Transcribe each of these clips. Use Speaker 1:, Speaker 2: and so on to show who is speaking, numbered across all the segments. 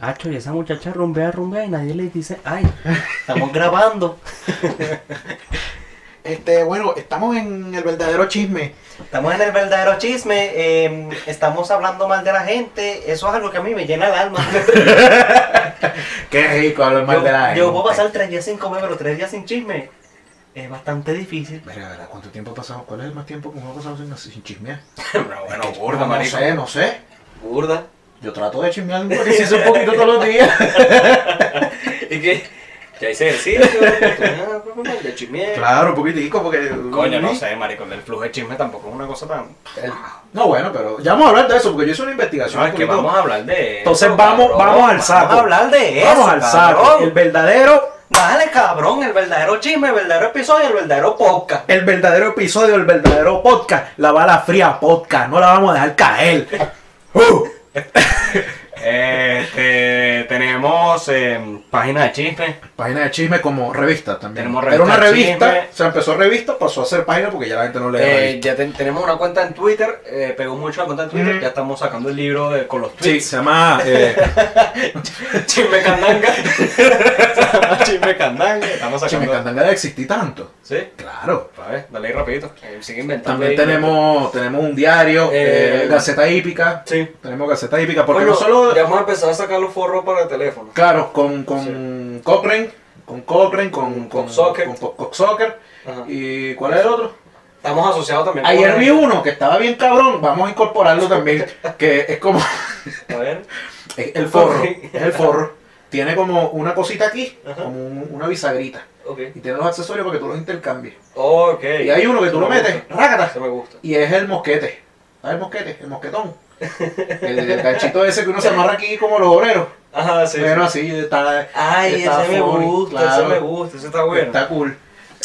Speaker 1: Hacho, y Ah, esa muchacha rumbea, rumbea y nadie le dice, ay, estamos grabando.
Speaker 2: Este, bueno, estamos en el verdadero chisme.
Speaker 1: Estamos en el verdadero chisme, eh, estamos hablando mal de la gente, eso es algo que a mí me llena el alma.
Speaker 3: Qué rico hablar mal
Speaker 1: yo,
Speaker 3: de la
Speaker 1: yo
Speaker 3: gente.
Speaker 1: puedo pasar tres días sin comer, pero tres días sin chisme es bastante difícil.
Speaker 3: Mira, mira, ¿cuánto tiempo ha pasado? ¿Cuál es el más tiempo que uno ha pasado sin, sin chismear?
Speaker 1: Pero bueno,
Speaker 3: no, no sé, no sé.
Speaker 4: Burda.
Speaker 3: Yo trato de chismear un ejercicio un poquito todos los días.
Speaker 4: Y que ya hice ejercicio, ah, pues, pues, ya chismeé.
Speaker 3: Claro, un poquitico, porque... uh,
Speaker 4: Coño, no sé, maricón, el flujo de chisme tampoco es una cosa tan...
Speaker 3: El- No, bueno, pero ya vamos a hablar de eso, porque yo hice una investigación.
Speaker 4: No, es que
Speaker 3: un poquito-
Speaker 4: vamos a hablar de...
Speaker 3: Entonces
Speaker 4: eso,
Speaker 3: vamos,
Speaker 4: cabrón.
Speaker 3: vamos al
Speaker 1: Vamos a
Speaker 3: saco.
Speaker 1: hablar de eso.
Speaker 3: Vamos al saco.
Speaker 1: cabrón.
Speaker 3: El verdadero,
Speaker 1: Dale, cabrón, el verdadero chisme, el verdadero episodio, el verdadero podcast.
Speaker 3: el verdadero episodio, el verdadero podcast. La bala fría podcast. No la vamos a dejar caer. Uh.
Speaker 4: Este, tenemos eh, página de chisme.
Speaker 3: Página de chisme como revista también.
Speaker 4: Tenemos
Speaker 3: Era una
Speaker 4: revista de
Speaker 3: revista,
Speaker 4: chisme.
Speaker 3: se empezó revista, pasó a ser página porque ya la gente no lee
Speaker 4: Eh,
Speaker 3: revista.
Speaker 4: ya ten- tenemos una cuenta en Twitter, eh, pegó mucho la cuenta en Twitter,
Speaker 3: Ujú.
Speaker 4: ya estamos sacando el libro de, con los
Speaker 3: Sí,
Speaker 4: tweets.
Speaker 3: se llama eh,
Speaker 4: Chisme candanga. chisme candanga, estamos
Speaker 3: Chisme
Speaker 4: sacando.
Speaker 3: Candanga de existir tanto.
Speaker 4: Sí,
Speaker 3: Claro.
Speaker 4: a ver, dale ahí rapidito. Eh, sigue inventando.
Speaker 3: También
Speaker 4: ahí.
Speaker 3: tenemos, tenemos un diario,
Speaker 4: Eh,
Speaker 3: eh, Gaceta Hípica.
Speaker 4: Sí.
Speaker 3: Tenemos Gaceta Hípica porque
Speaker 4: Bueno,
Speaker 3: no solo...
Speaker 4: Ya hemos empezado a sacar los forros para el teléfono.
Speaker 3: Claro, con, con Cochrane, con Cochrane, con,
Speaker 4: Con Soccer.
Speaker 3: con Co- con Soccer.
Speaker 4: Ajá.
Speaker 3: ¿Y cuál es el otro?
Speaker 4: Estamos asociados también. con-
Speaker 3: Ayer vi uno que estaba bien cabrón, vamos a incorporarlo también, que es como
Speaker 4: A ver.
Speaker 3: el forro,
Speaker 4: Ok.
Speaker 3: es el forro. Tiene como una cosita aquí,
Speaker 4: Ajá.
Speaker 3: como un- una bisagrita,
Speaker 4: Ok.
Speaker 3: y tiene los accesorios para que tú los intercambies.
Speaker 4: Ok.
Speaker 3: Y hay uno que tú lo
Speaker 4: Me
Speaker 3: metes,
Speaker 4: gusta. Ese
Speaker 3: rácata,
Speaker 4: me gusta.
Speaker 3: y es el mosquete. ¿Sabes el mosquete? El mosquetón. El, el ganchito ese que uno se amarra aquí como los obreros.
Speaker 4: Ajá, sí. sí.
Speaker 3: bueno, así está,
Speaker 1: Ay,
Speaker 3: Está
Speaker 1: ese me
Speaker 3: funny,
Speaker 1: gusta,
Speaker 3: claro.
Speaker 1: ese me gusta, ese está bueno.
Speaker 3: Está cool.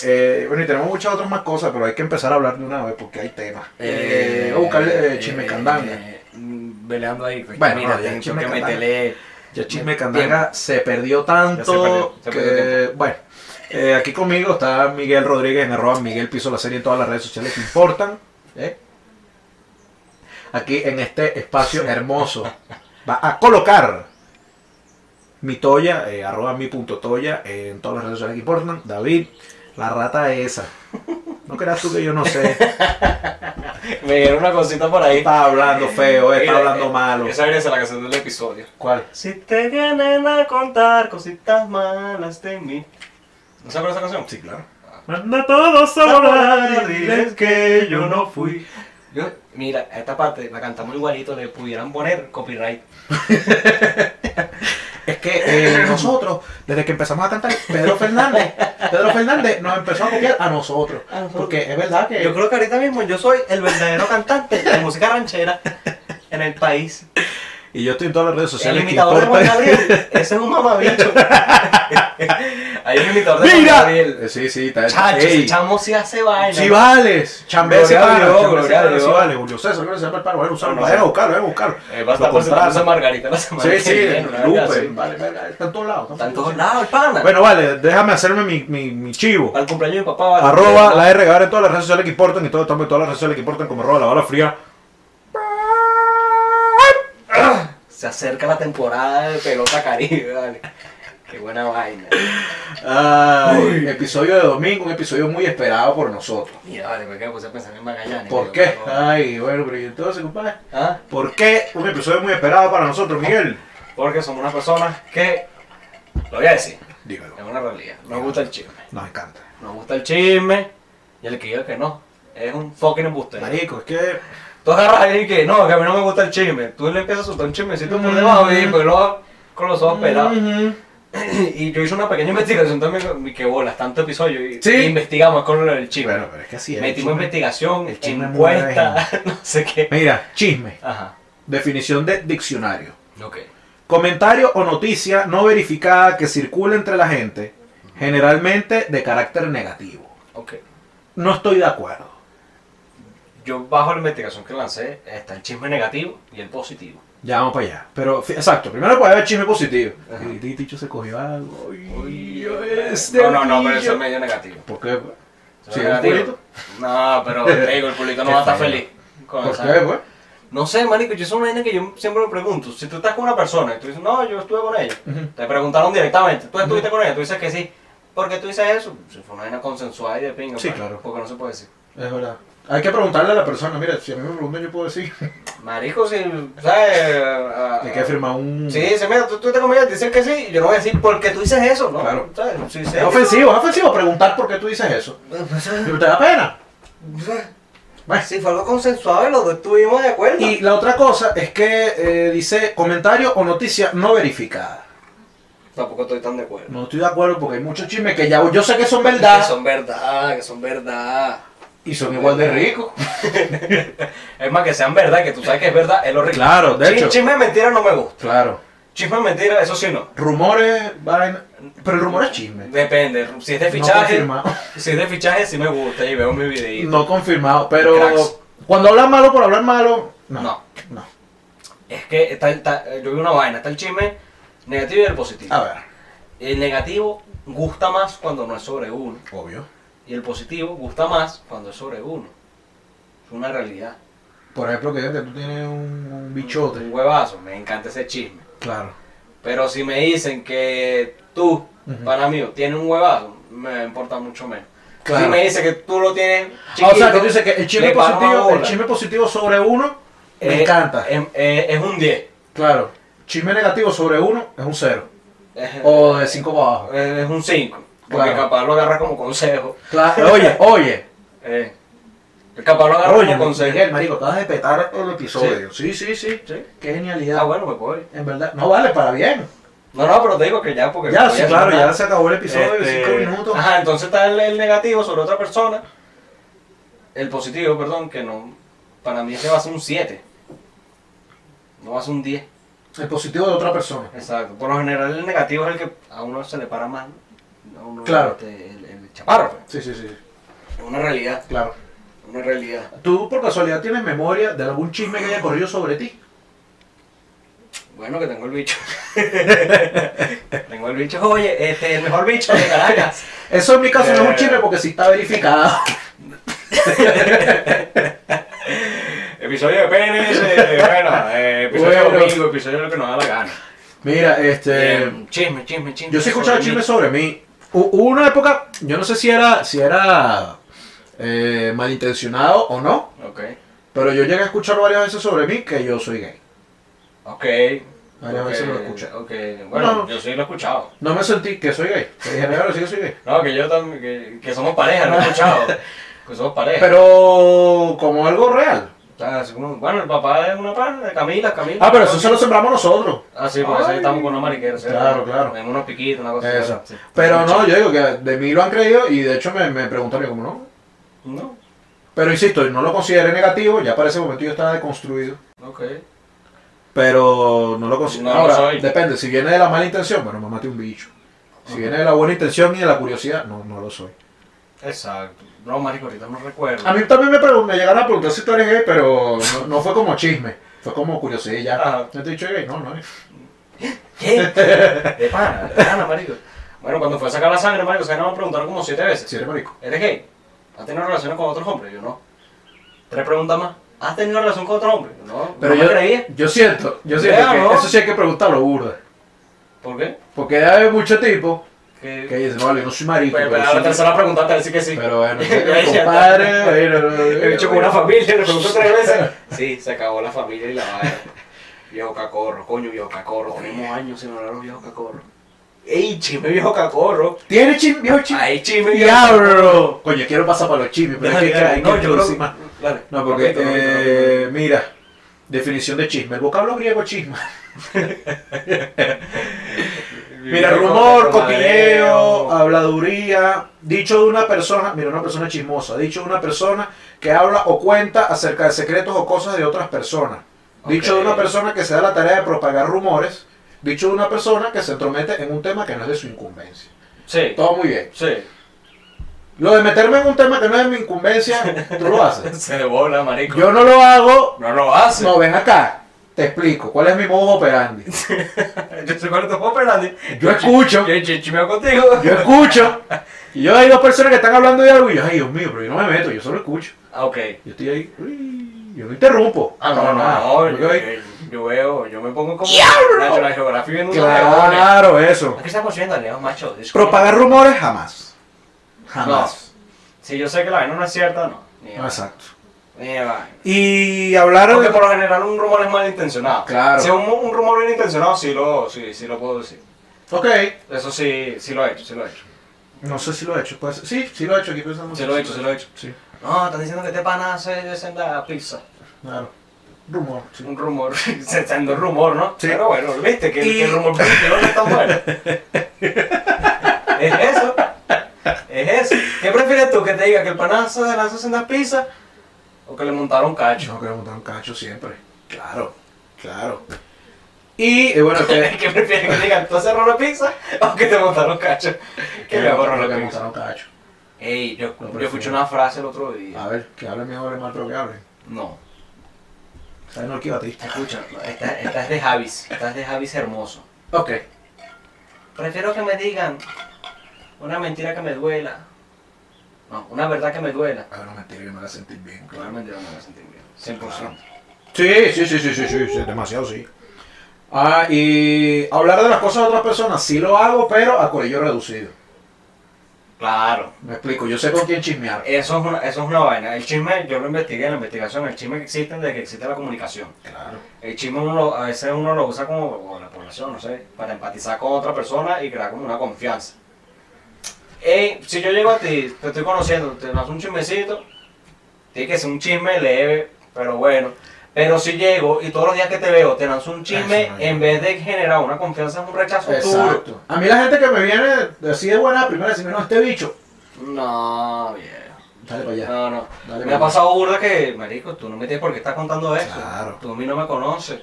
Speaker 3: Eh, bueno, y tenemos muchas otras más cosas, pero hay que empezar a hablar de una vez porque hay temas. Eh, voy a buscar eh, chisme candanga.
Speaker 4: Velando ahí. pues,
Speaker 3: Bueno,
Speaker 4: mira,
Speaker 3: no, ya
Speaker 4: tengo
Speaker 3: chisme
Speaker 4: que
Speaker 3: candanga.
Speaker 4: meterle.
Speaker 3: ya chisme candanga se perdió tanto
Speaker 4: Ya se perdió, se
Speaker 3: que,
Speaker 4: perdió
Speaker 3: bueno, eh, aquí conmigo está Miguel Rodríguez en arroba Miguel Piso la serie en todas las redes sociales que importan. ¿eh? Aquí en este espacio hermoso va a colocar mi toya, eh, arroba mi punto toya eh, en todas las redes sociales que importan. David, la rata esa. No creas tú que yo no sé.
Speaker 4: Me dieron una cosita por ahí.
Speaker 3: Está hablando feo, eh,
Speaker 4: Mira,
Speaker 3: está hablando
Speaker 4: eh,
Speaker 3: malo.
Speaker 4: Esa es la canción del episodio.
Speaker 3: ¿Cuál?
Speaker 1: Si te vienen a contar cositas malas de mí.
Speaker 4: ¿No se acuerdan de esa canción? Sí,
Speaker 3: claro.
Speaker 1: Manda todos a
Speaker 4: volar y
Speaker 1: diles
Speaker 4: diles
Speaker 1: que
Speaker 4: yo no fui. Yo, mira, a esta parte la cantamos igualito, le pudieran poner copyright.
Speaker 3: Es que eh, nosotros, desde que empezamos a cantar, Pedro Fernández, Pedro Fernández nos empezó a copiar a nosotros.
Speaker 1: A nosotros.
Speaker 3: Porque es verdad que.
Speaker 1: Yo creo que ahorita mismo yo soy el verdadero cantante de música ranchera en el país.
Speaker 3: Y yo estoy en todas las redes
Speaker 1: el
Speaker 3: sociales. que
Speaker 1: imitador de Juan
Speaker 3: importan.
Speaker 1: Gabriel, ese es un mamabicho.
Speaker 4: Hay un imitador de Juan
Speaker 3: ¡Mira!
Speaker 4: Gabriel.
Speaker 3: Eh, Sí, sí, está
Speaker 1: Chacho, ese
Speaker 3: ey,
Speaker 1: chamo sí hace vaina.
Speaker 3: ¡Sí vales! ¡Chambea ese
Speaker 4: Gloria a
Speaker 3: pana,
Speaker 4: Dios,
Speaker 3: chambea ese
Speaker 4: gloria
Speaker 3: pana,
Speaker 4: a
Speaker 3: sí
Speaker 4: Dios.
Speaker 3: vale! Julio César, gracias por el paro. Bueno, usarlo,
Speaker 4: No, no
Speaker 3: vayan a
Speaker 4: sé.
Speaker 3: buscarlo, vayan a buscarlo.
Speaker 4: Eh, va a
Speaker 3: Lo
Speaker 4: estar presentando a
Speaker 3: contratan.
Speaker 4: Margarita la semana
Speaker 3: Sí,
Speaker 4: que
Speaker 3: sí,
Speaker 4: viene, una verga así.
Speaker 3: Lupe, vale, vale, está en todos lados.
Speaker 1: Está en todos lados el pana.
Speaker 3: Bueno, vale, déjame hacerme mi, mi, mi chivo.
Speaker 4: Al cumpleaños de mi papá.
Speaker 1: Ah,
Speaker 4: vale.
Speaker 3: Arroba la R Guevara en todas las redes sociales que importan y todo, estamos en todas las redes sociales que importan como arroba la bala fría.
Speaker 1: Se acerca la temporada de pelota caribe, dale. Qué buena vaina.
Speaker 3: Ay, Ah, episodio de domingo, un episodio muy esperado por nosotros.
Speaker 1: Mira, vale, me quedo puse a pensar en Magallanes. pero-
Speaker 3: ¿Por qué? Ay, bueno, pero ¿y entonces, compadre?
Speaker 1: ¿Ah?
Speaker 3: ¿Por qué un episodio muy esperado para nosotros, Miguel?
Speaker 4: Porque somos unas personas que, lo voy a decir,
Speaker 3: Dímelo.
Speaker 4: es una realidad. Nos gusta el chisme.
Speaker 3: Nos encanta.
Speaker 4: Nos gusta el chisme. Y el que diga que no, es un fucking embustero.
Speaker 3: Marico, es que.
Speaker 4: Tú agarras ahí que no, que a mí no me gusta el chisme. Tú le empiezas a soltar un chismecito por debajo y pues luego con los ojos pelados.
Speaker 3: Ujú.
Speaker 4: Y yo hice una pequeña investigación también, con- y que bolas, tanto episodio y
Speaker 3: Sí.
Speaker 4: y investigamos con el chisme.
Speaker 3: Bueno, pero es que así es.
Speaker 4: Metimos investigación,
Speaker 3: el chisme es muy
Speaker 4: encuesta, no sé qué.
Speaker 3: Mira, chisme.
Speaker 4: Ajá.
Speaker 3: Definición de diccionario.
Speaker 4: Ok.
Speaker 3: Comentario o noticia no verificada que circula entre la gente, generalmente de carácter negativo.
Speaker 4: Ok.
Speaker 3: No estoy de acuerdo.
Speaker 4: Yo bajo la investigación que lancé, está el chisme negativo y el positivo.
Speaker 3: Ya vamos para allá. Pero, fi- exacto, primero puede haber chisme positivo.
Speaker 4: Ajá.
Speaker 3: Y Ticho se cogió algo. Uy, este
Speaker 4: No, no, no, pero eso
Speaker 3: anillo.
Speaker 4: es medio negativo.
Speaker 3: ¿Por qué? pues?
Speaker 4: Eso es
Speaker 3: Sí,
Speaker 4: negativo.
Speaker 3: ¿el público?
Speaker 4: No, pero te digo, el público no
Speaker 3: Qué
Speaker 4: va a estar
Speaker 3: feo.
Speaker 4: feliz con
Speaker 3: ¿Por
Speaker 4: esa-
Speaker 3: qué, pues?
Speaker 4: No sé, marico, yo es una vaina que yo siempre me pregunto. Si tú estás con una persona y tú dices, no, yo estuve con ella,
Speaker 3: Ujú.
Speaker 4: te preguntaron directamente, tú estuviste con ella, tú dices que sí. ¿Por qué tú dices eso? Si fue una vaina consensuada y de pinga.
Speaker 3: Sí,
Speaker 4: pues,
Speaker 3: claro.
Speaker 4: Porque no se puede decir.
Speaker 3: Es verdad. Hay que preguntarle a la persona, mira, si a mí me preguntan yo puedo decir.
Speaker 4: Marico, si, ¿sabes? Ah,
Speaker 3: Hay que firmar un...
Speaker 4: Sí, dice, mira, tú estuviste con ella, te dicen que sí, y yo no voy a decir, ¿por qué tú dices eso? ¿no?
Speaker 3: Claro.
Speaker 4: ¿Sabes? Sí, sí. Pues, ah.
Speaker 3: Es ofensivo, es ofensivo preguntar por qué tú dices eso. Pero te da pena. Bueno.
Speaker 4: Sí, fue algo consensuado y los dos estuvimos de acuerdo.
Speaker 3: Y la otra cosa es que eh, dice comentario o noticia no verificada.
Speaker 4: Tampoco estoy tan de acuerdo.
Speaker 3: No estoy de acuerdo porque hay muchos chismes que ya yo sé que son
Speaker 4: Que
Speaker 3: verdad
Speaker 4: son verdad, que son verdad.
Speaker 3: y son igual de ricos.
Speaker 4: Es más, que sean verdad, que tú sabes que es verdad, es lo rico.
Speaker 3: Claro, de
Speaker 4: Chisme-
Speaker 3: hecho.
Speaker 4: Chisme de mentira no me gusta.
Speaker 3: Claro.
Speaker 4: Chisme de mentira, eso sí no.
Speaker 3: Rumores, vaina. Pero el rumor es chisme.
Speaker 4: Depende, si es de
Speaker 3: No
Speaker 4: fichaje,
Speaker 3: confirmado.
Speaker 4: si es de fichaje sí me gusta y veo mi videíto.
Speaker 3: No confirmado. Pero
Speaker 4: Cracks.
Speaker 3: cuando hablan malo por hablar malo, no.
Speaker 4: No.
Speaker 3: no.
Speaker 4: Es que está, el- está- yo vi una vaina, está el chisme negativo y el positivo.
Speaker 3: A ver,
Speaker 4: El negativo gusta más cuando no es sobre uno.
Speaker 3: obvio.
Speaker 4: Y el positivo gusta más cuando es sobre uno. Es una realidad.
Speaker 3: Por ejemplo, que digan que tú tienes un, un bichote.
Speaker 4: Un huevazo, me encanta ese chisme.
Speaker 3: Claro.
Speaker 4: Pero si me dicen que tú,
Speaker 3: Ujú.
Speaker 4: para mí, tienes un huevazo, me importa mucho menos.
Speaker 3: Claro.
Speaker 4: Si me dicen que tú lo tienes
Speaker 3: Ah, o sea,
Speaker 4: chiquito,
Speaker 3: que tú dices que el chisme,
Speaker 4: le paro una
Speaker 3: positivo, el
Speaker 4: bola.
Speaker 3: chisme positivo sobre uno me
Speaker 4: Eh,
Speaker 3: encanta.
Speaker 4: em- eh, Es, un 10.
Speaker 3: Claro. Chisme negativo sobre uno es un cero.
Speaker 4: Es,
Speaker 3: O de cinco para abajo.
Speaker 4: eh, es un 5. Porque
Speaker 3: Oh. Claro.
Speaker 4: capaz lo agarras como consejo.
Speaker 3: Claro. Oye, oye.
Speaker 4: Eh, capaz lo agarras
Speaker 3: Oye,
Speaker 4: como consejo.
Speaker 3: Miguel, marico, acabas de petar el episodio. Sí, sí, sí.
Speaker 4: Sí.
Speaker 3: Qué genialidad.
Speaker 4: Ah, bueno, me puedo ir.
Speaker 3: En verdad, no vale para bien.
Speaker 4: No, no, pero te digo que ya, porque.
Speaker 3: Ya,
Speaker 4: Pues voy
Speaker 3: sí,
Speaker 4: a
Speaker 3: claro,
Speaker 4: cenar.
Speaker 3: ya se acabó el episodio de
Speaker 4: Este,
Speaker 3: 5 minutos.
Speaker 4: Ajá, entonces está el, el negativo sobre otra persona. El positivo, perdón, que no. Para mí ese va a ser un 7. No va a ser un 10.
Speaker 3: El positivo de otra persona.
Speaker 4: Exacto. Por lo general el negativo es el que a uno se le para más. ¿no? A uno,
Speaker 3: Claro.
Speaker 4: este, el, el chaparro. pues.
Speaker 3: Sí, sí, sí,
Speaker 4: Es una realidad.
Speaker 3: claro.
Speaker 4: Una realidad.
Speaker 3: ¿Tú por casualidad tienes memoria de algún chisme que haya corrido sobre ti?
Speaker 4: Bueno, que tengo el bicho. tengo el bicho. Oye, este, el mejor bicho de Caracas.
Speaker 3: Eso en mi caso no es un
Speaker 4: Eh.
Speaker 3: chisme porque sí está verificado.
Speaker 4: episodio de penes. eh, bueno, eh, episodio
Speaker 3: Bueno.
Speaker 4: de domingo, episodio de lo que nos da la gana.
Speaker 3: Mira, este.
Speaker 4: Eh, chisme, chisme, chisme.
Speaker 3: Yo sí he escuchado
Speaker 4: sobre mí.
Speaker 3: chismes sobre mí. Hu- Hubo una época, yo no sé si era, si era eh, malintencionado o no,
Speaker 4: Ok,
Speaker 3: pero yo llegué a escuchar varias veces sobre mí que yo soy gay.
Speaker 4: ok.
Speaker 3: Varias
Speaker 4: ok,
Speaker 3: veces lo escuché.
Speaker 4: Ok, bueno,
Speaker 3: No.
Speaker 4: yo sí lo he escuchado.
Speaker 3: No me sentí que soy gay. Te dije, "Negro, sí que soy gay.
Speaker 4: No, que yo también, que, que somos pareja, lo he escuchado. que somos pareja.
Speaker 3: Pero como algo real.
Speaker 4: O sea, así como- bueno, el papá es una pana, de Camila, Camila.
Speaker 3: Ah, pero eso se lo sembramos nosotros.
Speaker 4: Ah, sí, porque
Speaker 3: Ay.
Speaker 4: ahí estamos con una mariquera. ¿sí?
Speaker 3: Claro, claro.
Speaker 4: Tenemos unos piquitos, una cosa
Speaker 3: Eso.
Speaker 4: así. sí.
Speaker 3: Pero no, yo digo que de mí lo han creído y de hecho me, me preguntaron como no.
Speaker 4: No,
Speaker 3: Pero insisto, no lo consideré negativo, ya para ese momento yo estaba deconstruido.
Speaker 4: ok.
Speaker 3: Pero no lo considero.
Speaker 4: No lo
Speaker 3: Ahora,
Speaker 4: soy.
Speaker 3: depende, si viene de la mala intención, bueno, me mate un bicho. Si viene de la buena intención y de la curiosidad, no, no lo soy.
Speaker 4: Exacto. No, marico, ahorita no recuerdo.
Speaker 3: A mí también me, pregun- me llegaron a preguntar si tú eres gay, pero no, no fue como chisme, fue como curiosidad y ya.
Speaker 4: Ajá.
Speaker 3: ¿No te he dicho gay? No, no es.
Speaker 4: ¿Qué? De pana, de pana, marico. Bueno, cuando fue a sacar la sangre, marico, se me preguntaron como siete veces.
Speaker 3: Si eres marico.
Speaker 4: ¿Eres gay? ¿Has tenido relaciones con otros hombres? Yo no. Tres preguntas más. ¿Has tenido relación con otro hombre? Yo No,
Speaker 3: Pero
Speaker 4: no
Speaker 3: yo,
Speaker 4: me creía.
Speaker 3: yo siento, yo siento
Speaker 4: Ya,
Speaker 3: que
Speaker 4: ¿no?
Speaker 3: eso sí hay que preguntarlo, burda.
Speaker 4: ¿Por qué?
Speaker 3: Porque hay muchos tipos
Speaker 4: Que,
Speaker 3: que dicen, vale, yo no soy marico.
Speaker 4: Pues,
Speaker 3: pero
Speaker 4: a
Speaker 3: soy
Speaker 4: la tercera pregunta te decir que sí.
Speaker 3: Pero bueno,
Speaker 4: Ya, ya.
Speaker 3: compadre, bueno, no,
Speaker 4: He dicho con una familia, le pregunto tres veces. Sí, se acabó la familia y la vaina. Viejo cacorro, coño, viejo cacorro. Tenemos años sin hablar los viejos cacorros. ¡Ey, chisme viejo cacorro!
Speaker 3: ¿Tiene chisme, viejo chisme?
Speaker 4: ¡Ay, chisme viejo
Speaker 3: ¡Diablo! Coño, quiero pasar para los chismes, pero es que hay que
Speaker 4: no, yo
Speaker 3: introducir
Speaker 4: creo-
Speaker 3: más.
Speaker 4: Dale.
Speaker 3: No, porque,
Speaker 4: Rapidito, rapidito,
Speaker 3: eh,
Speaker 4: rapidito.
Speaker 3: mira, definición de chisme. El vocablo griego chisme. Mira, rumor, cotilleo, habladuría, dicho de una persona, mira, una persona chismosa, dicho de una persona que habla o cuenta acerca de secretos o cosas de otras personas. Dicho de
Speaker 4: Ok.
Speaker 3: una persona que se da la tarea de propagar rumores. Dicho de una persona que se entromete en un tema que no es de su incumbencia.
Speaker 4: Sí,
Speaker 3: Todo muy bien.
Speaker 4: sí.
Speaker 3: Lo de meterme en un tema que no es de mi incumbencia, tú lo haces.
Speaker 4: Se de bola, marico.
Speaker 3: Yo no lo hago.
Speaker 4: No lo hace.
Speaker 3: No, ven acá. Te explico. ¿Cuál es mi modo operandi?
Speaker 4: Yo soy Carlos Pop Fernández.
Speaker 3: Yo escucho.
Speaker 4: Yo yo chimeo contigo.
Speaker 3: Yo escucho. Y yo hay dos personas que están hablando de algo y yo, ay Dios mío, pero yo no me meto, yo solo escucho.
Speaker 4: Ah, ok.
Speaker 3: Yo estoy ahí. uy. Yo no interrumpo.
Speaker 4: Ah, no,
Speaker 3: Para
Speaker 4: no,
Speaker 3: nada.
Speaker 4: no, eh,
Speaker 3: Yo
Speaker 4: yo,
Speaker 3: voy-
Speaker 4: yo- yo veo, yo me pongo como
Speaker 3: ¡Diablo!
Speaker 4: Nacho, la geografía en un leones.
Speaker 3: Claro, eso.
Speaker 4: Aquí estamos siendo león, macho. disculpa.
Speaker 3: Propagar rumores jamás. Jamás.
Speaker 4: Si yo sé que la vaina no es cierta, no. Ni de
Speaker 3: No, Exacto.
Speaker 4: vaina, Ni de vaina.
Speaker 3: Y hablar
Speaker 4: Porque
Speaker 3: de...
Speaker 4: por lo general un rumor es malintencionado.
Speaker 3: Claro.
Speaker 4: Si es un, un rumor bien intencionado, sí lo, sí, sí lo puedo decir.
Speaker 3: Ok.
Speaker 4: Eso sí, sí lo he hecho, sí lo he hecho.
Speaker 3: No sé si lo he hecho. Pues, sí, sí lo he hecho. Aquí pensamos.
Speaker 4: Sí lo he hecho, sí lo he hecho.
Speaker 3: Sí,
Speaker 4: No, están diciendo que este pana se senda pizza.
Speaker 3: claro. Rumor. sí.
Speaker 4: Un rumor, se sendo rumor, ¿no?
Speaker 3: Sí.
Speaker 4: Pero bueno, viste que,
Speaker 3: Y-
Speaker 4: que el rumor político no está bueno. es eso. Es eso. ¿Qué prefieres tú? ¿Que te diga que el panazo se lanzó sendas pizza o que le montaron cacho?
Speaker 3: No, que le montaron cacho siempre. Claro, claro. Y eh, bueno, que.
Speaker 4: ¿Qué prefieres que te digan tú haces una pizza o que te montaron cacho? Que me borró
Speaker 3: que
Speaker 4: la
Speaker 3: le
Speaker 4: pizza.
Speaker 3: montaron cacho.
Speaker 4: Ey, yo, yo
Speaker 3: prefiero. Ah.
Speaker 4: escuché una frase el otro día.
Speaker 3: A ver, que hablen bien o hablen mal, pero que hablen.
Speaker 4: No,
Speaker 3: ¿Sabes no el que iba triste?
Speaker 4: escucha, esta, esta es de Javis, esta es de Javis hermoso.
Speaker 3: Ok.
Speaker 4: Prefiero que me digan una mentira que me duela. No, una verdad que me duela.
Speaker 3: A ver, Ah, no mentira, yo me la sentí bien.
Speaker 4: Pero una mentira me va a sentir bien. 100%.
Speaker 3: Sí, sí, sí, sí, sí, sí, sí, demasiado sí. Ah, y hablar de las cosas de otras personas, sí lo hago, pero a colillo reducido.
Speaker 4: Claro.
Speaker 3: Me explico, yo sé con quién chismear.
Speaker 4: Eso es, una, eso es una vaina. El chisme, yo lo investigué en la investigación, el chisme que existe desde que existe la comunicación.
Speaker 3: Claro.
Speaker 4: El chisme uno lo- a veces uno lo usa como, o la población, no sé, para empatizar con otra persona y crear como una confianza. Ey, si yo llego a ti, te estoy conociendo, te lanzo un chismecito, tiene que ser un chisme leve, pero bueno. Pero si llego y todos los días que te veo te lanzo un chisme,
Speaker 3: Eso no es
Speaker 4: en vez de generar una confianza, es un rechazo duro.
Speaker 3: Exacto. A mí la gente que me viene así de buena primera, decirme, no, este bicho,
Speaker 4: No, viejo.
Speaker 3: dale para allá.
Speaker 4: No, no.
Speaker 3: Dale,
Speaker 4: me ha
Speaker 3: mamá.
Speaker 4: pasado burda que, marico, tú no me tienes por qué estar contando eso.
Speaker 3: Claro.
Speaker 4: Tú a mí no me conoces.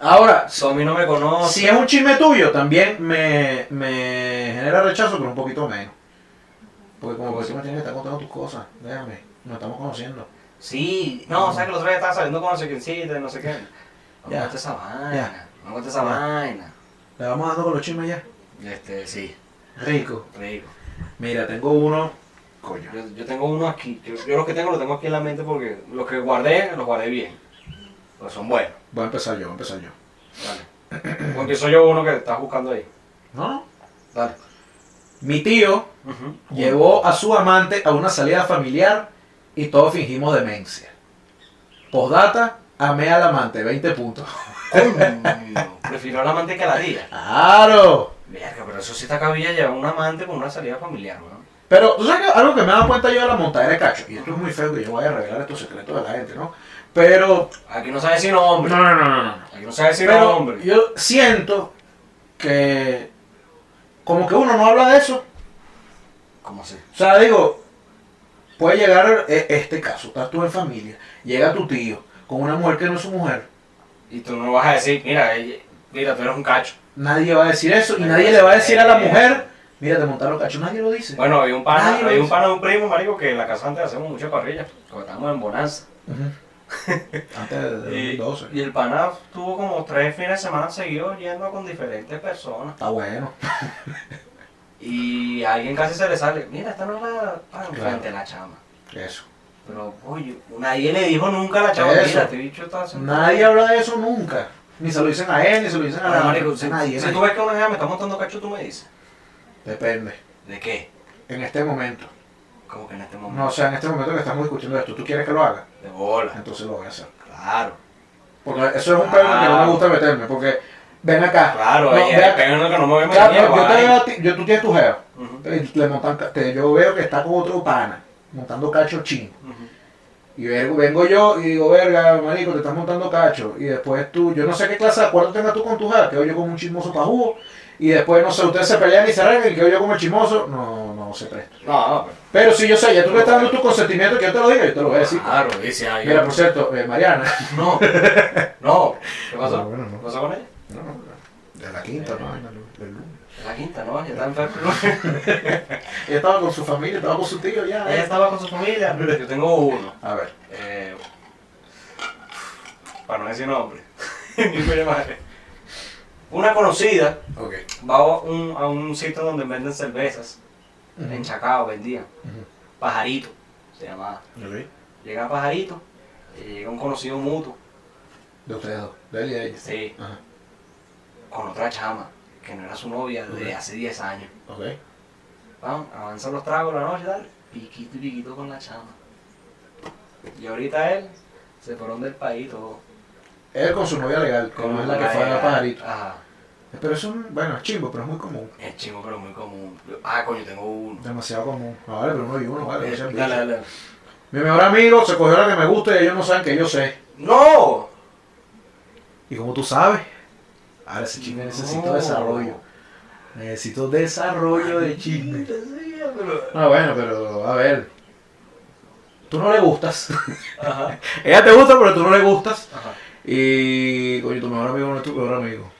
Speaker 3: Ahora,
Speaker 4: Tú a mí no me conoces.
Speaker 3: Si es un chisme tuyo, también me, me genera rechazo, pero un poquito menos. Porque como que tú me tienes que estar contando tus cosas, déjame, nos estamos conociendo.
Speaker 4: Sí, no, o sea que los otro día estaba saliendo con no sé quiéncita, no sé qué. No me
Speaker 3: Ya.
Speaker 4: gusta esa vaina,
Speaker 3: Ya.
Speaker 4: no me gusta esa
Speaker 3: Ya.
Speaker 4: vaina.
Speaker 3: Le vamos dando con los chismes ya.
Speaker 4: Este, sí,
Speaker 3: Rico.
Speaker 4: rico.
Speaker 3: Mira, tengo uno. Coño.
Speaker 4: Yo, yo tengo uno aquí, yo, yo los que tengo los tengo aquí en la mente porque los que guardé, los guardé bien. Pues son buenos.
Speaker 3: Voy a empezar yo, voy a empezar yo.
Speaker 4: Dale. O empiezo yo uno que estás buscando ahí.
Speaker 3: No, no.
Speaker 4: Dale.
Speaker 3: Mi tío
Speaker 4: Ujú.
Speaker 3: llevó a su amante a una salida familiar y todos fingimos demencia. Postdata, amé al amante, 20 puntos.
Speaker 4: Coño, Prefiero al amante que a la tía.
Speaker 3: ¡Claro!
Speaker 4: Verga, pero eso sí está cabilla llevar un amante con una salida familiar, weón.
Speaker 3: Pero, ¿tú sabes que algo que me he dado cuenta yo de la montadera de cacho? Y esto es muy feo que yo vaya a revelar estos secretos de la gente, ¿no? Pero.
Speaker 4: Aquí no sabe si nombre.
Speaker 3: no, no, no. no.
Speaker 4: Aquí no sabe si
Speaker 3: Pero
Speaker 4: nombre.
Speaker 3: yo siento que. Como que uno no habla de eso.
Speaker 4: ¿Cómo se?
Speaker 3: O sea, digo, puede llegar eh, este caso, estás tú en familia, llega tu tío con una mujer que no es su mujer.
Speaker 4: Y tú no vas a decir, mira, ella- mira, tú eres un cacho.
Speaker 3: Nadie va a decir eso y nadie le va a decir a la mujer, mira, te montaron cacho, nadie lo dice.
Speaker 4: Bueno, había un pana,
Speaker 3: Nadie lo
Speaker 4: había un
Speaker 3: hizo.
Speaker 4: pana de un primo, marico, que en la casa antes hacemos mucha parrilla, porque estábamos en bonanza.
Speaker 3: Ujú. Antes de
Speaker 4: Y,
Speaker 3: 2012.
Speaker 4: y el pana tuvo como tres fines de semana seguidos yendo con diferentes personas.
Speaker 3: Está bueno.
Speaker 4: Y a alguien casi se le sale, mira, esta no es la pan frente a la chama.
Speaker 3: Eso.
Speaker 4: Pero, oye, nadie le dijo nunca a la chama,
Speaker 3: Eso.
Speaker 4: mira, este bicho está haciendo...
Speaker 3: Nadie habla de eso nunca. Ni se lo dicen a él, ni se lo dicen a,
Speaker 4: Bueno,
Speaker 3: la-
Speaker 4: marico, si,
Speaker 3: a nadie.
Speaker 4: si
Speaker 3: nadie.
Speaker 4: tú ves que una jefa me está montando cacho, tú me dices.
Speaker 3: Depende.
Speaker 4: ¿De qué?
Speaker 3: En este momento.
Speaker 4: Como que en este
Speaker 3: No, o
Speaker 4: momento.
Speaker 3: sea, en este momento que estamos discutiendo esto, tú quieres que lo haga,
Speaker 4: De bola.
Speaker 3: entonces lo voy a hacer.
Speaker 4: Claro.
Speaker 3: Porque eso es un pedo en el que no me gusta meterme, porque ven acá.
Speaker 4: Ah. Claro,
Speaker 3: no,
Speaker 4: ella,
Speaker 3: ve
Speaker 4: el
Speaker 3: acá.
Speaker 4: pegando que no me ve
Speaker 3: Claro,
Speaker 4: mierda,
Speaker 3: yo te
Speaker 4: vaina.
Speaker 3: veo a ti- yo- tú tienes tu jeva,
Speaker 4: Ujú,
Speaker 3: y le montan ca- te- yo veo que está con otro pana, montando cacho chino.
Speaker 4: ujú.
Speaker 3: Y vengo, vengo yo y digo, verga, marico, te estás montando cacho. Y después tú, yo no sé qué clase de acuerdo tengas tú con tu jara, que yo como un chismoso pajugo. Y después, no sé, ustedes se pelean y se arreglan y que yo como el chismoso. No, no se presta.
Speaker 4: No, no, pero.
Speaker 3: Pero si yo sé, ya tú le estás dando tu consentimiento que yo te lo diga, yo te lo voy a decir.
Speaker 4: Claro, dice ahí.
Speaker 3: Mira, por cierto, eh, Mariana.
Speaker 4: No, no. ¿Qué pasó?
Speaker 3: No, Ah, bueno, no.
Speaker 4: ¿Qué pasó con ella?
Speaker 3: No, no, de la quinta, no, del lunes.
Speaker 4: Es La quinta, ¿no? Ya está enferma.
Speaker 3: Ella estaba con su familia, estaba con su tío ya.
Speaker 4: ella estaba con su familia. Yo tengo uno.
Speaker 3: A ver,
Speaker 4: Eh, para no decir nombre. Ni coño madre. Una conocida
Speaker 3: ok.
Speaker 4: va a un, a un sitio donde venden cervezas. En
Speaker 3: Ujú.
Speaker 4: Chacao vendían.
Speaker 3: Ujú.
Speaker 4: Pajarito se llamaba.
Speaker 3: Ok.
Speaker 4: Llega Pajarito, Y llega un conocido mutuo
Speaker 3: De ustedes dos, de él y de ella.
Speaker 4: Sí.
Speaker 3: Ajá,
Speaker 4: con otra chama, que no era su novia desde
Speaker 3: Ok.
Speaker 4: hace 10 años.
Speaker 3: ok.
Speaker 4: Vamos, avanzan los tragos la noche, tal, piquito y piquito con la chama. Y ahorita él se fueron del país todo.
Speaker 3: Él con su novia legal, como es la que fue a
Speaker 4: cadera.
Speaker 3: pajarito.
Speaker 4: Ajá.
Speaker 3: Pero es un, bueno, es chimbo, pero es muy común.
Speaker 4: Es chingo, pero muy común. Ah, coño, tengo uno.
Speaker 3: Demasiado común. No, vale, pero uno y uno, vale.
Speaker 4: Eh,
Speaker 3: no sean
Speaker 4: dale,
Speaker 3: bichos.
Speaker 4: dale.
Speaker 3: Mi mejor amigo se cogió la que me gusta y ellos no saben que yo sé.
Speaker 4: ¡No!
Speaker 3: ¿Y como tú sabes? Ahora ese chisme
Speaker 4: No.
Speaker 3: necesito desarrollo. Necesito desarrollo de chisme.
Speaker 4: Maldita sea, pero-
Speaker 3: Ah, bueno, pero a ver. Tú no le gustas.
Speaker 4: Ajá,
Speaker 3: Ella te gusta, pero tú no le gustas.
Speaker 4: ajá.
Speaker 3: Y, coño, tu mejor amigo no es tu peor amigo.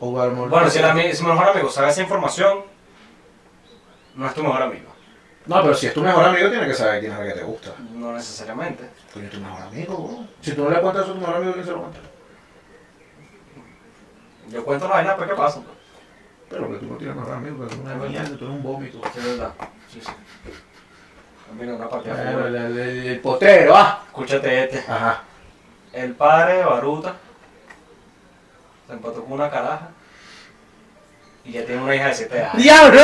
Speaker 3: O a lo mejor-
Speaker 4: Bueno, si, el ami- si mi mejor amigo sabe esa información, no es tu mejor amigo.
Speaker 3: No, pero si es tu mejor amigo, tiene que saber quién es la que te gusta.
Speaker 4: No necesariamente.
Speaker 3: Coño, tu mejor amigo, bro. Si tú no le cuentas eso a tu mejor amigo, ¿quién se lo cuenta?
Speaker 4: Yo cuento la vaina, pues, ¿qué pasa?
Speaker 3: Pero que tú no tienes mejor amigo, pero tú pues, no
Speaker 4: Es
Speaker 3: eres
Speaker 4: verdad.
Speaker 3: mierda, tú eres un vómito.
Speaker 4: Sí, es verdad. Sí, sí. Mira, una partida de
Speaker 3: Bueno,
Speaker 4: fútbol.
Speaker 3: el, el- el- el potero, ah.
Speaker 4: Escúchate este.
Speaker 3: Ajá.
Speaker 4: El padre de Baruta se empató con una caraja y ya tiene una hija de 7 años.
Speaker 3: ¡Diablo!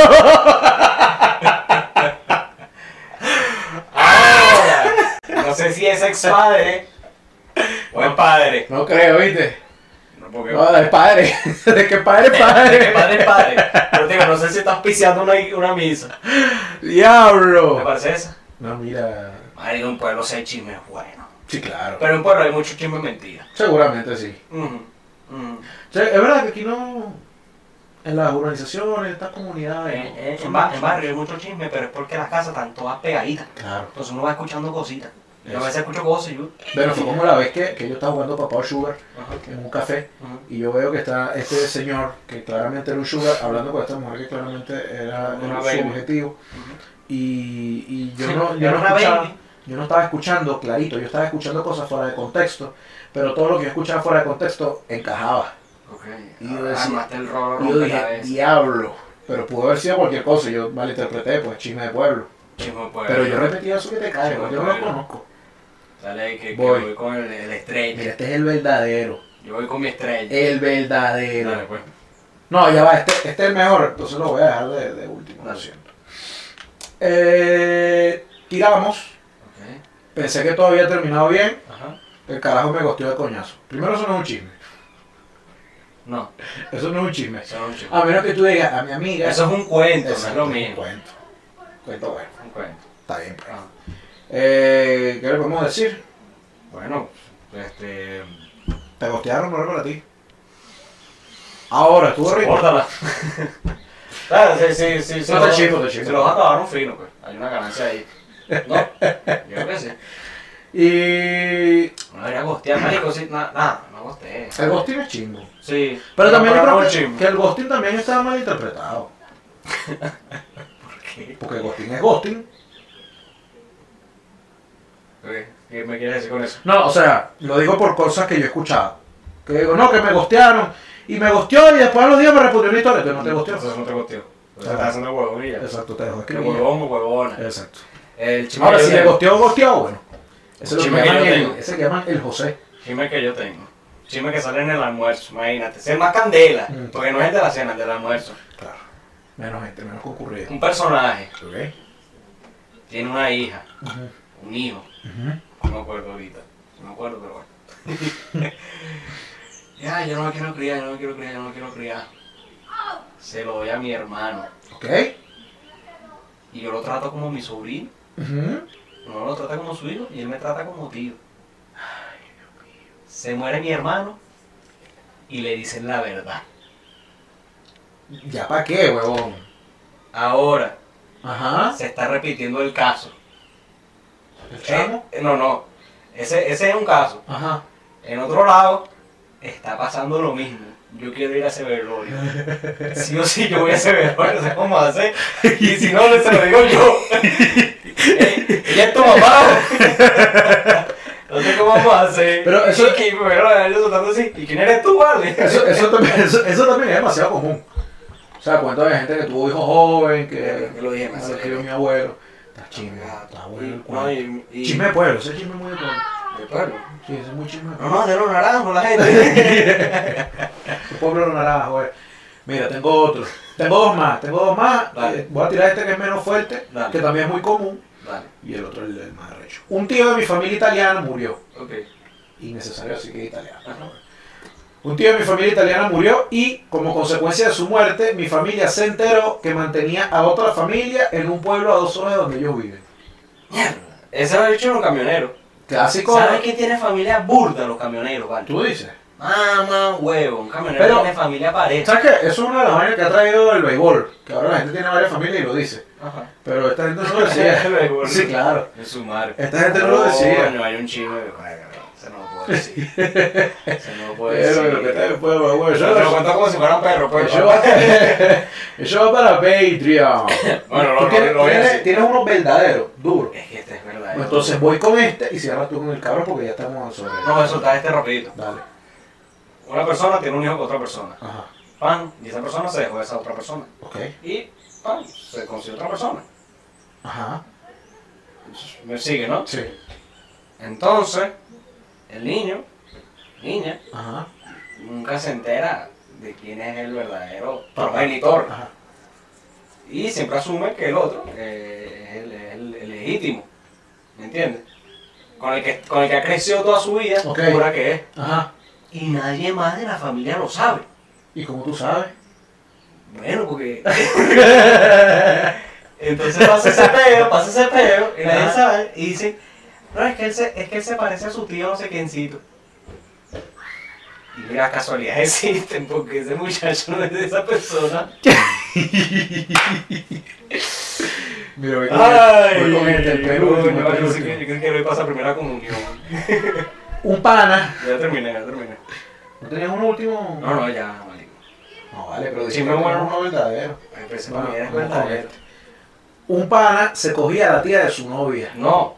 Speaker 4: Ahora, no sé si es ex padre o es padre.
Speaker 3: No creo, ¿viste?
Speaker 4: No, porque
Speaker 3: No, es padre. De que padre, es
Speaker 4: de
Speaker 3: padre.
Speaker 4: que padre es padre. Pero te digo, no sé si estás piciando una, una misa. ¿Te
Speaker 3: ¡Diablo!
Speaker 4: parece esa?
Speaker 3: No, mira.
Speaker 4: Madre, en un pueblo se hay chismes bueno.
Speaker 3: Sí, claro.
Speaker 4: Pero en un pueblo hay muchos chismes mentiras.
Speaker 3: Seguramente sí.
Speaker 4: Ujú, ujú.
Speaker 3: Che, es verdad que aquí no. En las urbanizaciones, en estas comunidades.
Speaker 4: En, en-
Speaker 3: son
Speaker 4: en ba- en
Speaker 3: muchos.
Speaker 4: barrio hay mucho chisme, pero es porque las casas están todas pegaditas.
Speaker 3: Claro.
Speaker 4: Entonces uno va escuchando cositas. Yo a
Speaker 3: Eso.
Speaker 4: veces escucho cosas y yo.
Speaker 3: Bueno, fue como la vez que, que yo estaba jugando Papá Sugar
Speaker 4: Ajá,
Speaker 3: en un café.
Speaker 4: ajá.
Speaker 3: Y yo veo que está este señor, que claramente era un sugar, hablando con esta mujer que claramente era, era
Speaker 4: Una
Speaker 3: su
Speaker 4: baby.
Speaker 3: objetivo. Y, y yo
Speaker 4: Sí,
Speaker 3: no, yo
Speaker 4: era
Speaker 3: no
Speaker 4: una
Speaker 3: escuchaba,
Speaker 4: baby.
Speaker 3: yo no estaba escuchando clarito, yo estaba escuchando cosas fuera de contexto, pero todo lo que yo escuchaba fuera de contexto encajaba.
Speaker 4: Ok.
Speaker 3: Y yo
Speaker 4: Ah,
Speaker 3: decía-
Speaker 4: Armaste el rolo
Speaker 3: Y yo
Speaker 4: rompe
Speaker 3: dije,
Speaker 4: cabeza.
Speaker 3: diablo, pero pudo haber sido cualquier cosa, yo malinterpreté, pues chisme de pueblo.
Speaker 4: Chisme pueblo.
Speaker 3: Pero yo repetía eso que te cae,
Speaker 4: Sí,
Speaker 3: yo no
Speaker 4: bueno.
Speaker 3: lo conozco.
Speaker 4: Dale, que, que voy.
Speaker 3: Voy.
Speaker 4: con el, el
Speaker 3: Mira, Eh,
Speaker 4: estrella.
Speaker 3: este es el verdadero,
Speaker 4: Yo voy con mi estrella.
Speaker 3: el
Speaker 4: Dale,
Speaker 3: verdadero.
Speaker 4: pues.
Speaker 3: No, ya va, este, este es el mejor, entonces lo voy a dejar de, de último, lo
Speaker 4: Dale.
Speaker 3: siento. Eh, tiramos,
Speaker 4: Ok.
Speaker 3: pensé que todo había terminado bien,
Speaker 4: Ajá.
Speaker 3: el carajo me costeó de coñazo. Primero eso no es un chisme,
Speaker 4: No,
Speaker 3: eso no es un chisme.
Speaker 4: eso no es un chisme.
Speaker 3: A menos que tú digas a mi amiga...
Speaker 4: Eso es un cuento, no
Speaker 3: Ah,
Speaker 4: es
Speaker 3: Exacto,
Speaker 4: lo
Speaker 3: un
Speaker 4: mismo.
Speaker 3: Cuento. Cuento bueno,
Speaker 4: Un cuento.
Speaker 3: está bien. pues.
Speaker 4: Ah,
Speaker 3: Eh, ¿Qué le podemos decir?
Speaker 4: Bueno, este.
Speaker 3: Te costearon no era para ti. Ahora, tú rico.
Speaker 4: Córtala. Claro, sí, sí, sí.
Speaker 3: No te chismo, te chismo.
Speaker 4: Si lo vas a acabar un fino, pues. Hay una ganancia ahí. No, yo creo que sí.
Speaker 3: Y...
Speaker 4: No debería gostear, marico, sí. na- Nada, no gosteé.
Speaker 3: El ghosting es chingo.
Speaker 4: Sí.
Speaker 3: Pero también yo
Speaker 4: para
Speaker 3: creo
Speaker 4: un
Speaker 3: que,
Speaker 4: chisme.
Speaker 3: que el ghosting también estaba mal interpretado.
Speaker 4: ¿Qué?
Speaker 3: Porque el ghosting es ghosting.
Speaker 4: Ok, ¿Qué me quieres decir con eso?
Speaker 3: No, o sea, lo digo por cosas que yo he escuchado. Que digo, no, que me gostearon. Y me gosteó y después a los días me respondió una historia. Pero no te gosteó.
Speaker 4: Entonces no te gosteo. Entonces
Speaker 3: Ah.
Speaker 4: estás haciendo huevón y ya.
Speaker 3: Exacto, te dejó
Speaker 4: Que
Speaker 3: escribir.
Speaker 4: huevón o huevona.
Speaker 3: Exacto.
Speaker 4: El chisme
Speaker 3: Ahora,
Speaker 4: que yo
Speaker 3: si le
Speaker 4: tengo-
Speaker 3: gosteó, gosteó, bueno. Ese es lo
Speaker 4: Chisme
Speaker 3: que
Speaker 4: que
Speaker 3: llaman
Speaker 4: yo
Speaker 3: el-
Speaker 4: tengo.
Speaker 3: ese que llaman el José.
Speaker 4: chisme que yo tengo. Chisme que sale en el almuerzo, imagínate. Ese Es más candela,
Speaker 3: Mm.
Speaker 4: porque no es el de la cena, el del almuerzo.
Speaker 3: Claro. Menos gente, menos concurrido.
Speaker 4: Un personaje
Speaker 3: Ok.
Speaker 4: tiene una hija, un hijo,
Speaker 3: Ujú.
Speaker 4: no me acuerdo ahorita. No me acuerdo, pero bueno. ya, yo no lo quiero criar, yo no lo quiero criar, yo no lo quiero criar. Se lo doy a mi hermano.
Speaker 3: Ok.
Speaker 4: Y yo lo trato como mi sobrino.
Speaker 3: Ujú.
Speaker 4: No lo trata como su hijo y él me trata como tío. Se muere mi hermano y le dicen la verdad.
Speaker 3: ¿Ya para qué, huevón?
Speaker 4: Ahora
Speaker 3: Ajá.
Speaker 4: se está repitiendo el caso.
Speaker 3: ¿El chamo?
Speaker 4: Eh, no, no. Ese, ese es un caso.
Speaker 3: Ajá.
Speaker 4: En otro lado está pasando lo mismo. Yo quiero ir a ese velorio. Sí o sí, yo voy a ese velorio, no sé cómo hacer. Y si no, le se lo digo yo. Eh, Ella es tu mamá. No sé cómo vamos a hacer.
Speaker 3: Pero eso-
Speaker 4: Y que me van a ellos soltando así. ¿Y quién eres tú, vale?
Speaker 3: Eso, eso, también, eso, eso también es demasiado común. O sea, cuánto hay gente que tuvo hijos joven, que
Speaker 4: Yo lo dije, me
Speaker 3: me
Speaker 4: aceleré.
Speaker 3: escribió mi abuelo. Está chisme, está bueno el
Speaker 4: No,
Speaker 3: cuento.
Speaker 4: y, y-
Speaker 3: Chisme de pueblo, ese chisme es muy de pueblo.
Speaker 4: del pueblo.
Speaker 3: Sí, es muy chisme.
Speaker 4: No, no, de los naranjos la gente.
Speaker 3: El pueblo no nada, joder. Mira, tengo otro. Tengo dos más, tengo dos más.
Speaker 4: Dale.
Speaker 3: Eh, Voy a tirar este que es menos fuerte,
Speaker 4: Dale.
Speaker 3: que también es muy común.
Speaker 4: Dale,
Speaker 3: Y el otro, el, el más arrecho. Un tío de mi familia italiana murió.
Speaker 4: ok.
Speaker 3: Innecesario, así que italiano.
Speaker 4: Ajá.
Speaker 3: Un tío de mi familia italiana murió y, como consecuencia de su muerte, mi familia se enteró que mantenía a otra familia en un pueblo a dos horas de donde yo vive.
Speaker 4: Mierda. Ese lo ha dicho los camioneros.
Speaker 3: Clásico.
Speaker 4: ¿Sabes que tiene familia burda los camioneros, vale?
Speaker 3: Tú dices.
Speaker 4: Mamá, huevo, un camionero
Speaker 3: Pero-
Speaker 4: tiene familia pareja.
Speaker 3: ¿Sabes qué? Eso es una de las vainas que ha traído el béisbol. Que ahora la gente tiene varias familias y lo dice.
Speaker 4: Ajá.
Speaker 3: Pero esta gente no lo decía.
Speaker 4: El béisbol.
Speaker 3: sí, claro.
Speaker 4: Es su madre.
Speaker 3: Esta gente no lo decía.
Speaker 4: Coño, hay un chisme que joder, se no lo puedo decir. Se no lo puedo
Speaker 3: Pero lo que está
Speaker 4: decir.
Speaker 3: después, pues, bueno,
Speaker 4: Yo te lo
Speaker 3: eso,
Speaker 4: cuento como si fuera un perro, pues.
Speaker 3: eso va, eso va para Patreon.
Speaker 4: Bueno,
Speaker 3: Tú
Speaker 4: lo, lo,
Speaker 3: tienes,
Speaker 4: lo voy a
Speaker 3: tienes-
Speaker 4: decir.
Speaker 3: tienes unos verdaderos, duros.
Speaker 4: Es que este es verdad.
Speaker 3: Pues Entonces voy con este y cierra tú con el cabro porque ya estamos sobre.
Speaker 4: No, voy a soltar este rapidito.
Speaker 3: Dale.
Speaker 4: Una persona tiene un hijo con otra persona.
Speaker 3: Ajá.
Speaker 4: Pan, y esa persona se dejó de esa otra persona.
Speaker 3: Ok.
Speaker 4: Y, pan, se consiguió otra persona.
Speaker 3: Ajá.
Speaker 4: Me sigue, ¿no?
Speaker 3: Sí.
Speaker 4: Entonces, el niño, niña,
Speaker 3: Ajá.
Speaker 4: nunca se entera de quién es el verdadero progenitor.
Speaker 3: Ajá.
Speaker 4: Y siempre asume que el otro eh, es el, el- el legítimo. ¿Me entiendes? Con el, que, con el que ha crecido toda su vida,
Speaker 3: Ok.
Speaker 4: jura que es.
Speaker 3: Ajá.
Speaker 4: Y nadie más de la familia lo sabe.
Speaker 3: Y como tú sabes.
Speaker 4: Bueno, porque. Entonces pasa ese peo, pasa ese peo, y nadie
Speaker 3: Ajá.
Speaker 4: sabe, y dicen, no, es que, él se, es que él se parece a su tío no sé quiéncito. Y mira, casualidades existen, porque ese muchacho no es de esa persona.
Speaker 3: Mira, voy con,
Speaker 4: Ay,
Speaker 3: voy con este, el penúltimo, el
Speaker 4: coño, yo, sí
Speaker 3: penúltimo.
Speaker 4: que- yo creo que voy a pasar primera comunión.
Speaker 3: Un pana.
Speaker 4: Ya terminé, ya terminé.
Speaker 3: ¿No tenías un último?
Speaker 4: No, no, ya, marico. pues,
Speaker 3: No, vale, pero
Speaker 4: Sí,
Speaker 3: dijiste
Speaker 4: me
Speaker 3: que
Speaker 4: muero.
Speaker 3: era uno verdadero.
Speaker 4: Empecé
Speaker 3: Bueno,
Speaker 4: primera, es
Speaker 3: vamos con
Speaker 4: verdadero.
Speaker 3: este. Un pana se cogía a la tía de su novia.
Speaker 4: No,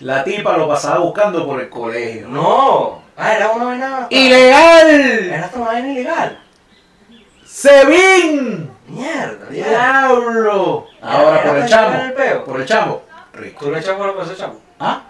Speaker 3: La tipa lo pasaba buscando por el colegio.
Speaker 4: no. Ah, era una vaina.
Speaker 3: ¡Ilegal!
Speaker 4: Era esta vaina ilegal.
Speaker 3: ¡Sebin!
Speaker 4: Mierda, ya.
Speaker 3: ¡Diablo! Ahora por el
Speaker 4: ¿Era
Speaker 3: chamo.
Speaker 4: Eh, el peo?
Speaker 3: Por el chamo. Rico.
Speaker 4: ¿Tú le echas bola por ese chamo?
Speaker 3: ¿Ah?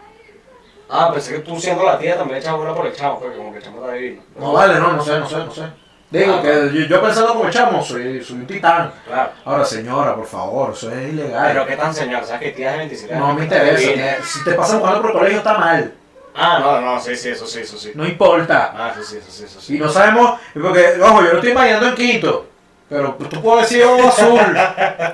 Speaker 4: Ah, pensé que tú siendo la tía también le echas bola por el chamo, porque como que el chamo está divino.
Speaker 3: No vale, no, no sé, no sé, no sé.
Speaker 4: Ah,
Speaker 3: Digo que yo, yo pensando como chamo, soy, soy un titán.
Speaker 4: Claro.
Speaker 3: Ahora, señora, por favor, eso es ilegal.
Speaker 4: Pero qué tan señor, ¿sabes que tía es de 27 años?
Speaker 3: no me
Speaker 4: Está
Speaker 3: interesa.
Speaker 4: divina.
Speaker 3: que- si te pasan buscando por el colegio está mal.
Speaker 4: Ah, no, no, sí, sí, eso sí, eso sí.
Speaker 3: No importa.
Speaker 4: Ah, eso sí, eso sí, eso sí.
Speaker 3: Y no sabemos, porque, ojo, yo no estoy bañando en Quito. Pero pues, tú puedes decir ojo azul.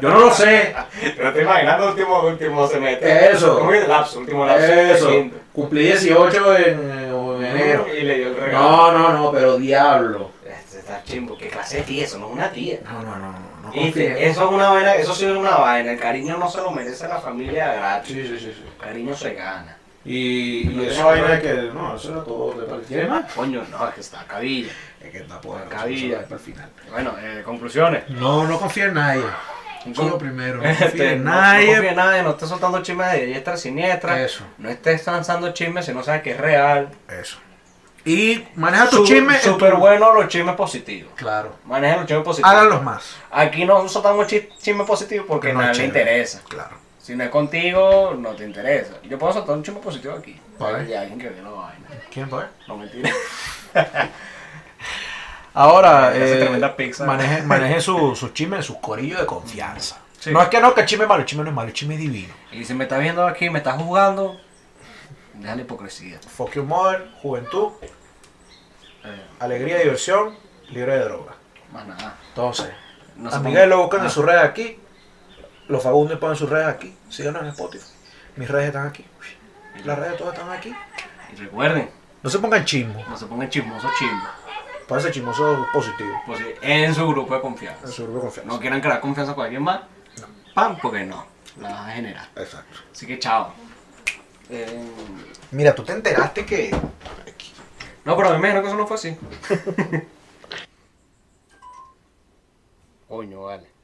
Speaker 3: Yo no lo sé.
Speaker 4: Pero te imaginando último, último semestre.
Speaker 3: Eso.
Speaker 4: ¿Cómo que el lapso? Último lapso.
Speaker 3: Eso.
Speaker 4: de quinto.
Speaker 3: Cumplí 18 en, en enero.
Speaker 4: Y le dio el regalo.
Speaker 3: No, no, no, pero diablo.
Speaker 4: Este está chimbo, qué clase de tía, eso no es una tía.
Speaker 3: No, no, no, no. no
Speaker 4: Y
Speaker 3: confío.
Speaker 4: te- eso es una vaina, eso sí es una vaina. El cariño no se lo merece la familia gratis.
Speaker 3: Sí, sí, sí. sí.
Speaker 4: El cariño se gana.
Speaker 3: Y,
Speaker 4: No
Speaker 3: y
Speaker 4: te-
Speaker 3: esa vaina es que, no, eso era todo. ¿te parece? ¿Quieres más?
Speaker 4: Coño, no, es que está cabilla.
Speaker 3: Es que está por
Speaker 4: Cabilla.
Speaker 3: para el final.
Speaker 4: Bueno, eh, conclusiones.
Speaker 3: No, no confía en nadie. Eso es lo primero. No confía
Speaker 4: Este,
Speaker 3: en
Speaker 4: no-
Speaker 3: nadie.
Speaker 4: No, confía en nadie, no estés soltando chismes de diestra y siniestra.
Speaker 3: Eso,
Speaker 4: No estés lanzando chismes si no sabes que es real.
Speaker 3: eso. Y maneja tus
Speaker 4: Su-
Speaker 3: chismes. en
Speaker 4: Súper
Speaker 3: tu-
Speaker 4: bueno los chismes positivos.
Speaker 3: Claro.
Speaker 4: Maneja los chismes positivos.
Speaker 3: Háganlos más.
Speaker 4: Aquí no soltamos chi- chismes positivos porque a
Speaker 3: No,
Speaker 4: nadie le
Speaker 3: chévere.
Speaker 4: interesa.
Speaker 3: Claro.
Speaker 4: Si no es contigo, no te interesa. Yo puedo soltar un chisme positivo aquí.
Speaker 3: Vale.
Speaker 4: Y alguien que ve la vaina.
Speaker 3: ¿Quién fue?
Speaker 4: No mentira.
Speaker 3: Ahora,
Speaker 4: Esa
Speaker 3: eh,
Speaker 4: tremenda pizza.
Speaker 3: maneje, maneje su- sus chismes, sus corillos de confianza.
Speaker 4: Sí.
Speaker 3: No es que no, que el chisme es malo, el chisme no es malo, el chisme es divino.
Speaker 4: Y si me estás viendo aquí, me estás jugando, deja la hipocresía.
Speaker 3: Fuck your mother, juventud,
Speaker 4: Eh,
Speaker 3: alegría, diversión, libre de droga.
Speaker 4: más nada.
Speaker 3: Entonces,
Speaker 4: No se
Speaker 3: a Miguel lo
Speaker 4: pongan-
Speaker 3: buscan
Speaker 4: Ah.
Speaker 3: en sus redes aquí. Los vagabundos ponen sus redes aquí. Síganos en Spotify. Mis redes están aquí. Las redes todas están aquí.
Speaker 4: Y recuerden,
Speaker 3: No se pongan chismos.
Speaker 4: no se pongan chismosos chismos.
Speaker 3: Parece chismoso positivo.
Speaker 4: Pues sí, en su grupo de
Speaker 3: En
Speaker 4: confianza.
Speaker 3: su grupo de confianza.
Speaker 4: No quieran crear confianza con alguien más. Pan, porque no. La vas a generar.
Speaker 3: Exacto.
Speaker 4: Así que chao. Eh,
Speaker 3: Mira, tú te enteraste que.
Speaker 4: no, pero me imagino que eso no fue así. Coño, vale.